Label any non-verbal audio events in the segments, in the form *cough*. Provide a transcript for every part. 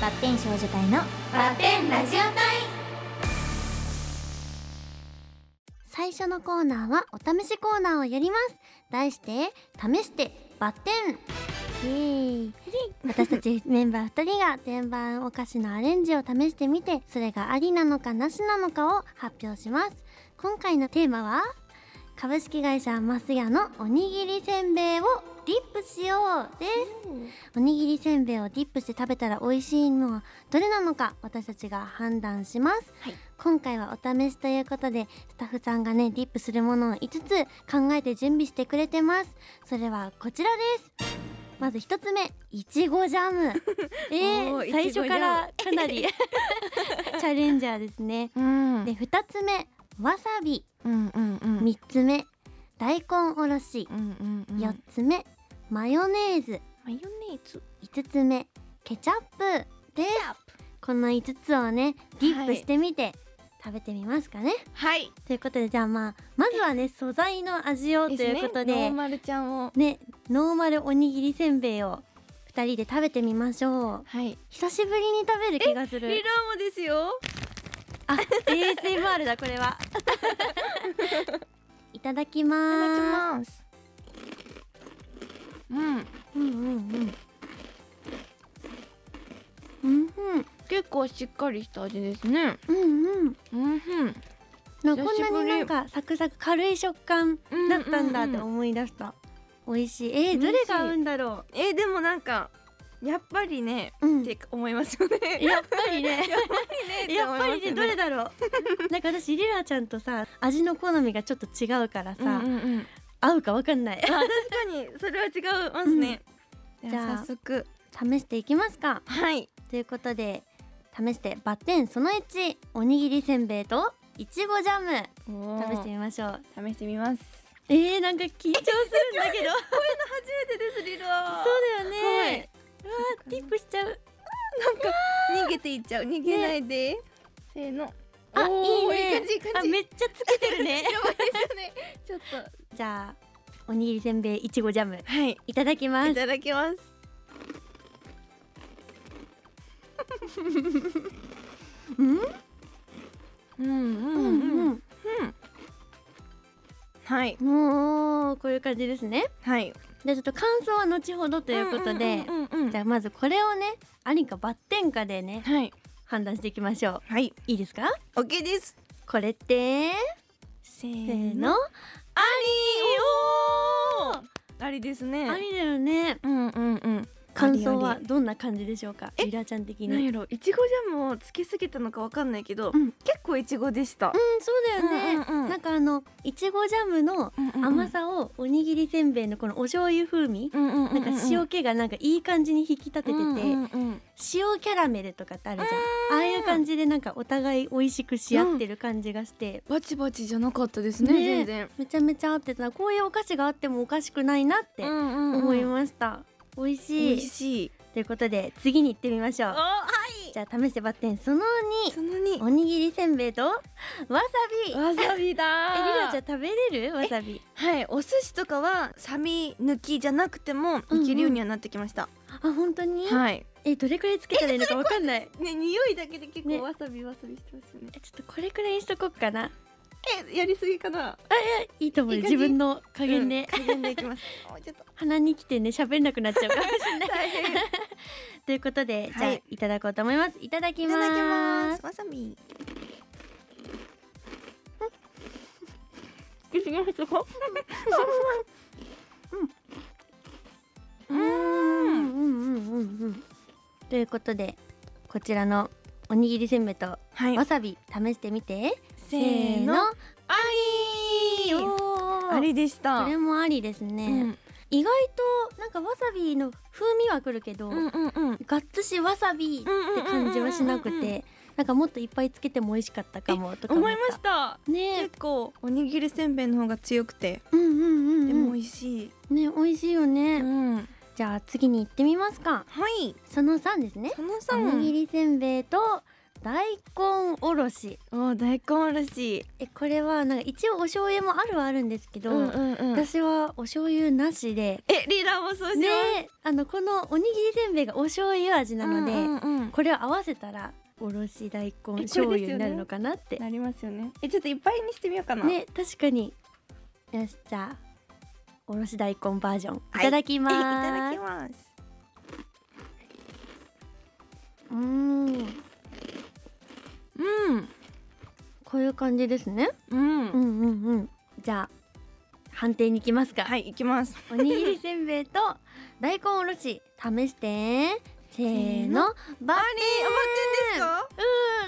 バッテン少女隊のバッテンラジオ隊最初のコーナーはお試しコーナーをやります題して試してバッテンイエーイ私たちメンバー2人が天板お菓子のアレンジを試してみてそれがありなのかなしなのかを発表します今回のテーマは株式会社マスヤのおにぎりせんべいをディップしようです、おにぎりせんべいをディップして食べたら美味しいのはどれなのか私たちが判断します、はい今回はお試しということでスタッフさんがねディップするものを5つ考えて準備してくれてますそれはこちらですまず一つ目いちごジ *laughs* ャムえおー、ー最初からか *laughs* なりチャレンジャーですねうんで2つ目わさびうんうんうん3つ目大根おろしうんうんうん4つ目マヨネーズマヨネーズ5つ目ケチャップですこの5つをねディップしてみて、食べてみますかねはいということでじゃあまあまずはね素材の味をということね、でノーねマルちゃんをノーマルおにぎりせんべいを2人で食べてみましょうはい久しぶりに食べる気がするもですよあ ASMR だこ *laughs* れはいただきまいただーきますすうんうんうんうん。うん結構しっかりした味ですねうんうん。うんな久しぶりこんなになんかサクサク軽い食感うんだったんだって思い出した。美味しい。えー、どれが合うんだろえーでもなんかやっぱりねう。うん。っやて思いますよね *laughs* っぱり *laughs* ね。ややっぱりねどれだろう。 *laughs* なんか私リラちゃんとさ味の好みがちょっと違うからさ、うんうんうん合うかわかんない。確かにそれは違いますね、うんじゃじゃああ早速試していきますか。はいということで試してバッテンその1おにぎりせんべいといちごジャム試試ししててみましょう。み試してみますえー、なんか緊張するんだけど初めてですリローそうだよね、はいうわーティップしちゃう逃げていっちゃう逃げないで、せーのあいいおーねいい感じいい感じあめっちゃつけてる *laughs* ねやばいですねちょっとじゃあおにぎりせんべいいちごジャムはいいただきまいすただきますうんうんうんうんうんはいもうこういう感じですねはいじゃあちょっと感想は後ほどということで、うんうんうんうんじゃあまずこれをねありかバッテンかでねはい判断していきましょはいういいですか OK ですこれってせせーーののありおーありですねありだよねうんうんうん感想はありありどんな感じでしょうかリラちゃん的にうなんんやろいちごジャムをつけすぎたのかわかんないけど、うん結構いちごでした、そうだようね、んうんうんなんかあのいちごジャムの甘さをおにぎりせんべいのこのお醤油風味、うんうんうんうん、なんか塩気がなんかいい感じに引き立ててて、うんうんうん塩キャラメルとかってあるじゃんああいう感じでなんかお互い美味しくし合ってる感じがして、バチバチじゃなかったですねね全然、めちゃめちゃ合ってたこういうお菓子があってもおかしくないなってんう思いました、美味し美い味しいということで次に行ってみましょうはいじゃあ試してバッテンその2そのにおにぎりせんべいとわさびえりわさびだらちゃん食べれるわさびはいお寿司とかはサビ抜きじゃなくてもうんいけるようにはなってきました、あ本当に、はいえどれくらいつけたらいいのかわかんないね匂いだけで結ね構わさびわさびしてますよねえちょっとこれくらいにしとこっかなえやりすぎかないいと思ういい感じ自分の加減で、うん加減でいきます *laughs* もうちょっと鼻に来てね喋んなくなっちゃうかもしれない大変いということで、じゃあはいいただこうと思いますいただきまたすだきますわさびいちごすご *laughs* うんうんうんうんうんということでこちらのおにぎりせんべいとはいわさび試してみてせーのあありおーありでしたこれもありですね、うん意外となんかわさびの風味はくるけど、うんうんうんがっつしわさびって感じはしなうんくうんうんうんてなんかもっといっぱいつけても美味しかったかもとか思いましたたね結構おにぎりせんべいの方が強くてうんうんうん、うん、でも美味しいね美味しいよね、んはじゃあ次に行ってみますかいその3ですねそのおにぎ3りせんべいと大根おろしお大根おろしえこれはなんか一応お醤油もあるはあるんですけど、んう私はお醤油なしでえリーダーもそうしねよあのこのおにぎりせんべいがお醤油味うなので、うんうんうんこれを合わせたらおろし大根醤油になるのかなってねなりますよねえちょっといっぱいにしてみようかな確かによしじゃあおろし大根バージョンいはいただきえいます、ただきますうーんうんこういう感じですねうん、うんうんうんじゃあ判定に行きますか、はい行きますおにぎりせんべいと *laughs* 大根おろし試してせーのバーえー、待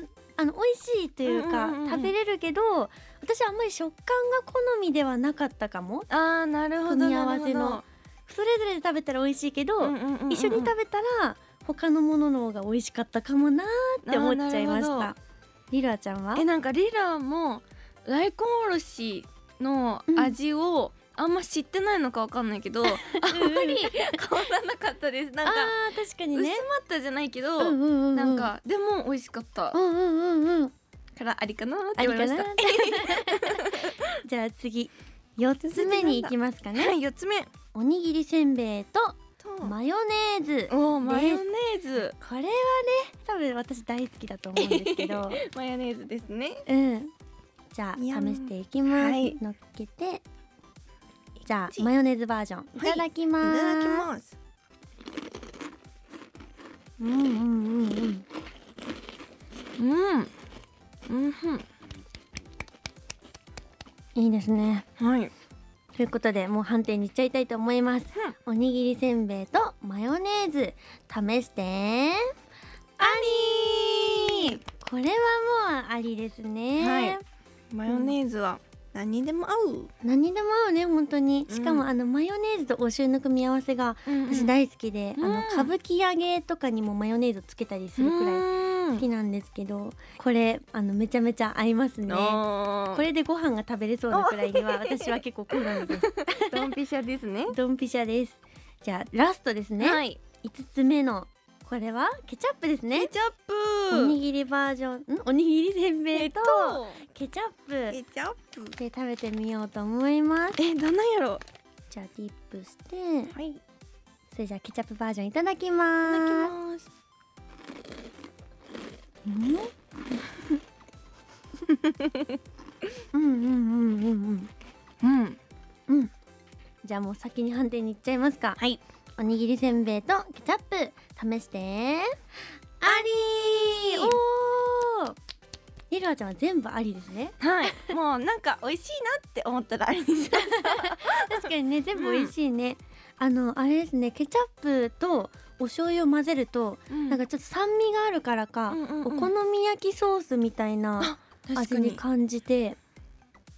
うんあの美味しいというか、うんうんうんうん食べれるけど私あんまり食感が好みではなかったかもあーなるほど組み合わせのなそれぞれで食べたら美味しいけど、るほどうんうんうんうん一緒に食べたら他のものの方が美味しかったかもなーって思っちゃいましあーなるたリラちゃんはえなんかリラも大根おろしの味をあんま知ってないのかわかんないけ *laughs* ど、あんまり変わらなかったですなんかあー確かに薄まねったじゃないけど、うんうんうんうんなんかでも美味しかった、うんうんうんうんからありかなってあり思いかましなた *laughs* じゃあ次四つ目に行きますか *laughs* はねい四つ目おにぎりせんべいとマヨネーズおーマヨネーズこれはね多分私大好きだと思うんです *laughs* けど *laughs* マヨネーズですねうんじゃあ試いやーしていきます、はい乗っけてじゃあ一マヨネーズバージョンいはいただきます、すうんうんうんうんうんうんいいですねふんはいということでもう判定にいっちゃいたいと思います、おにぎりせんべいとマヨネーズ試してありこれはもうありですね、はいマヨネーズは何にでも合う、何にでも合うね本当にしかも、うんあのマヨネーズとお醤油の組み合わせが私い大好きで、うんあの歌舞伎揚げとかにもマヨネーズつけたりするくらい好きなんですけど、これあのめちゃめちゃ合いますねここれでご飯が食べれそうなくらいには私は結構好み *laughs* ですドンピシャですねドンピシャですじゃあラストですね、はい5つ目のこれはケチャップですねケチャおッにプぎりバージョンんおにぎりせんべえいっととケチャップケチャップで食べてみようと思いますえどんなんやろじゃあディップしてはいいそれじゃあケチャップバージョンいただきますますうんうんうんうんうんうんじゃあもう先に判定にいっちゃいますかはいおにぎりせんべいとケチャップ試してありおーリルアちゃんは全部ありですねはい、もうなんか美味しいなって思ったらあれにします確かにね全部美味しいね、あのあれですねケチャップとお醤油を混ぜると、なんかちょっと酸味があるからか、うんうんうんお好み焼きソースみたいな味に感じて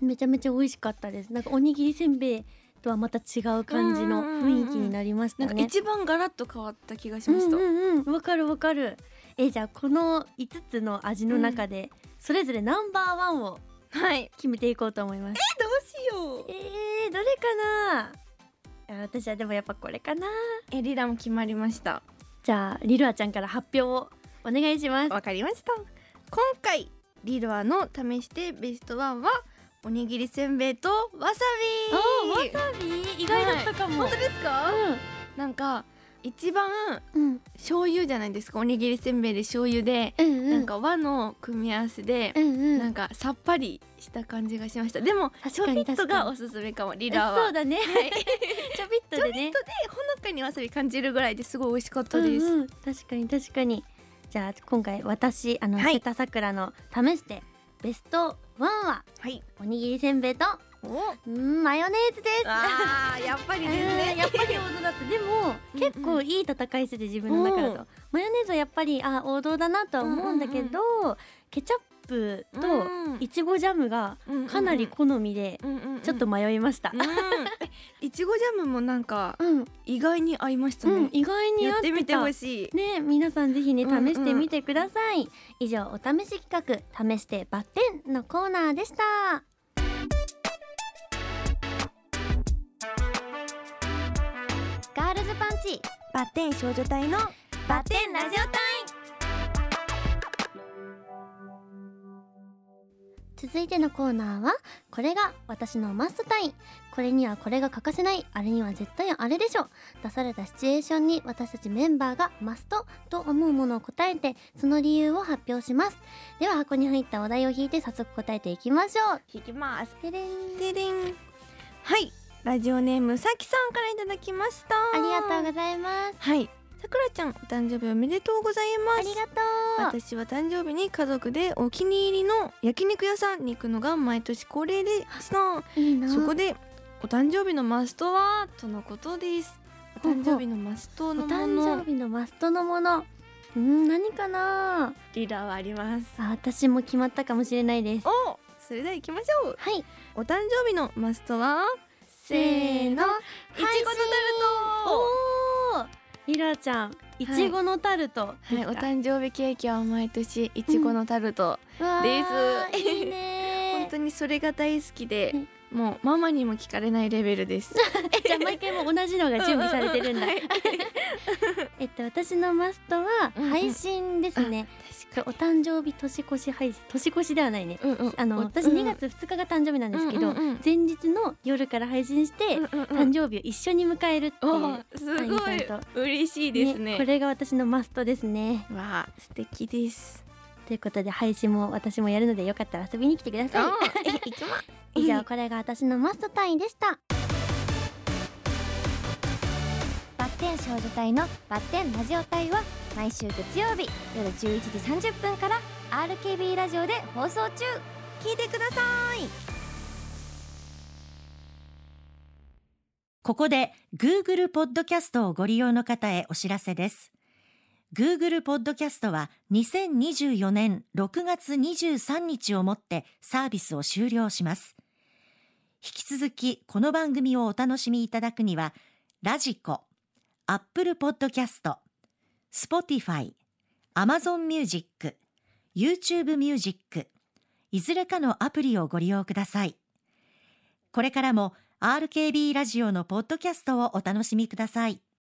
めちゃめちゃ美味しかったですなんかおにぎりせんべいとはまた違う感じの雰囲気になりましたなね、んか一番ガラッと変わった気がしました、うんうんうんわかるわかるえじゃあこの5つの味の中でそれぞれナンバーワンをはい決めていこうと思いますどうしよえー、どれかないや私はでもやっぱこれかなうエリラも決まりましたじゃあリルアちゃんから発表をお願いしますわかりました今回リロアの試してベストワンはおにぎりせんべいとわさびおーわさび意外だったかも、本当ですか、なんか一番うん醤油じゃないですかおにぎりせんべいで醤油で、うんうんなんか和の組み合わせでう、んうんなんかさっぱりした感じがしましたでも確ちょかびにっと確かがにおすすめかもリえラはそうだね、ちょびっとでちょびっとねでほのかにわさび感じるぐらいですごい美味しかったです、うんうん、確かに確かにじゃあ今回私あの、はい瀬田さくらの試してベストワンははいおにぎりせんべいと *laughs* おうんマヨネーズですあーやっぱりですうんやねっぱり王道だったでもうん結構いい戦いしてて自分の中だうとマヨネーズはやっぱりあ王道だなとは思うんだけど、ケチャップといちごジャムがとかなり好みでちょっと迷いました、 *laughs* いちごジャムもなんかうんうん意外に合いましたね、意外に合やっっててみてたほしいね皆さんぜひねうんうん試してみてください、以上お試し企画試してバッテンのコーナーでしたガールズパンチバッテン少女隊のバッテンラジオ隊続いてのコーナーはこれが私のマストタインこれにはこれが欠かせないあれには絶対あれでしょ出されたシチュエーションに私たちメンバーがマストと思うものを答えてその理由を発表しますでは箱に入ったお題を引いて早速答えていきましょう引きますてれんででんはいラジオネームさきさんからいただきましたありがとうございますはいさくらちゃんお誕生日おめでとうございまあすりがとう私は誕生日に家族でお気に入りの焼肉屋さんに行くのが毎年恒例でしたいいなそこでお誕生日のマストはとのことですおほうほう誕生日のマストおのも誕の生日のマストのものうん何かなリラはありますあ私も決まったかもしれないですおそれでは行きましょうはいお誕生日のマストはせーのいちごのタおーリラちゃんいちごのタルルトトはいお誕生日ケーキは毎年いちごのタルト、わーですいいね本当にそれが大好きで、うんもうママにも聞かれないレベルですじゃあ毎回もう同じのが準備されてるんだ *laughs* えっと私のマストはうんうん配信ですね、 *laughs* 確お誕生日年越し配信年越しではないねに、うんうんあの私2月2日が誕生日なんですけど、うんうんうん前日の夜から配信して、誕生日を一緒に迎えるっていう、わあすごタイミングいさん嬉しいですねこれが私のマストですねわあ素敵ですということで配信も私もやるのでよかったら遊びに来てくださ *laughs* *laughs* いいきます以上これが私のマスト単位でしたバッテン少女隊のバッテンラジオ隊は毎週月曜日夜11時30分から RKB ラジオで放送中聞いてくださいここで Google ポッドキャストをご利用の方へお知らせです。Google ポッドキャストは2024年6月23日をもってサービスを終了します。引き続きこの番組をお楽しみいただくには、ラジコ、Apple ポッドキャスト、Spotify、Amazon Music、YouTube Music、いずれかのアプリをご利用ください。これからも RKB ラジオのポッドキャストをお楽しみください。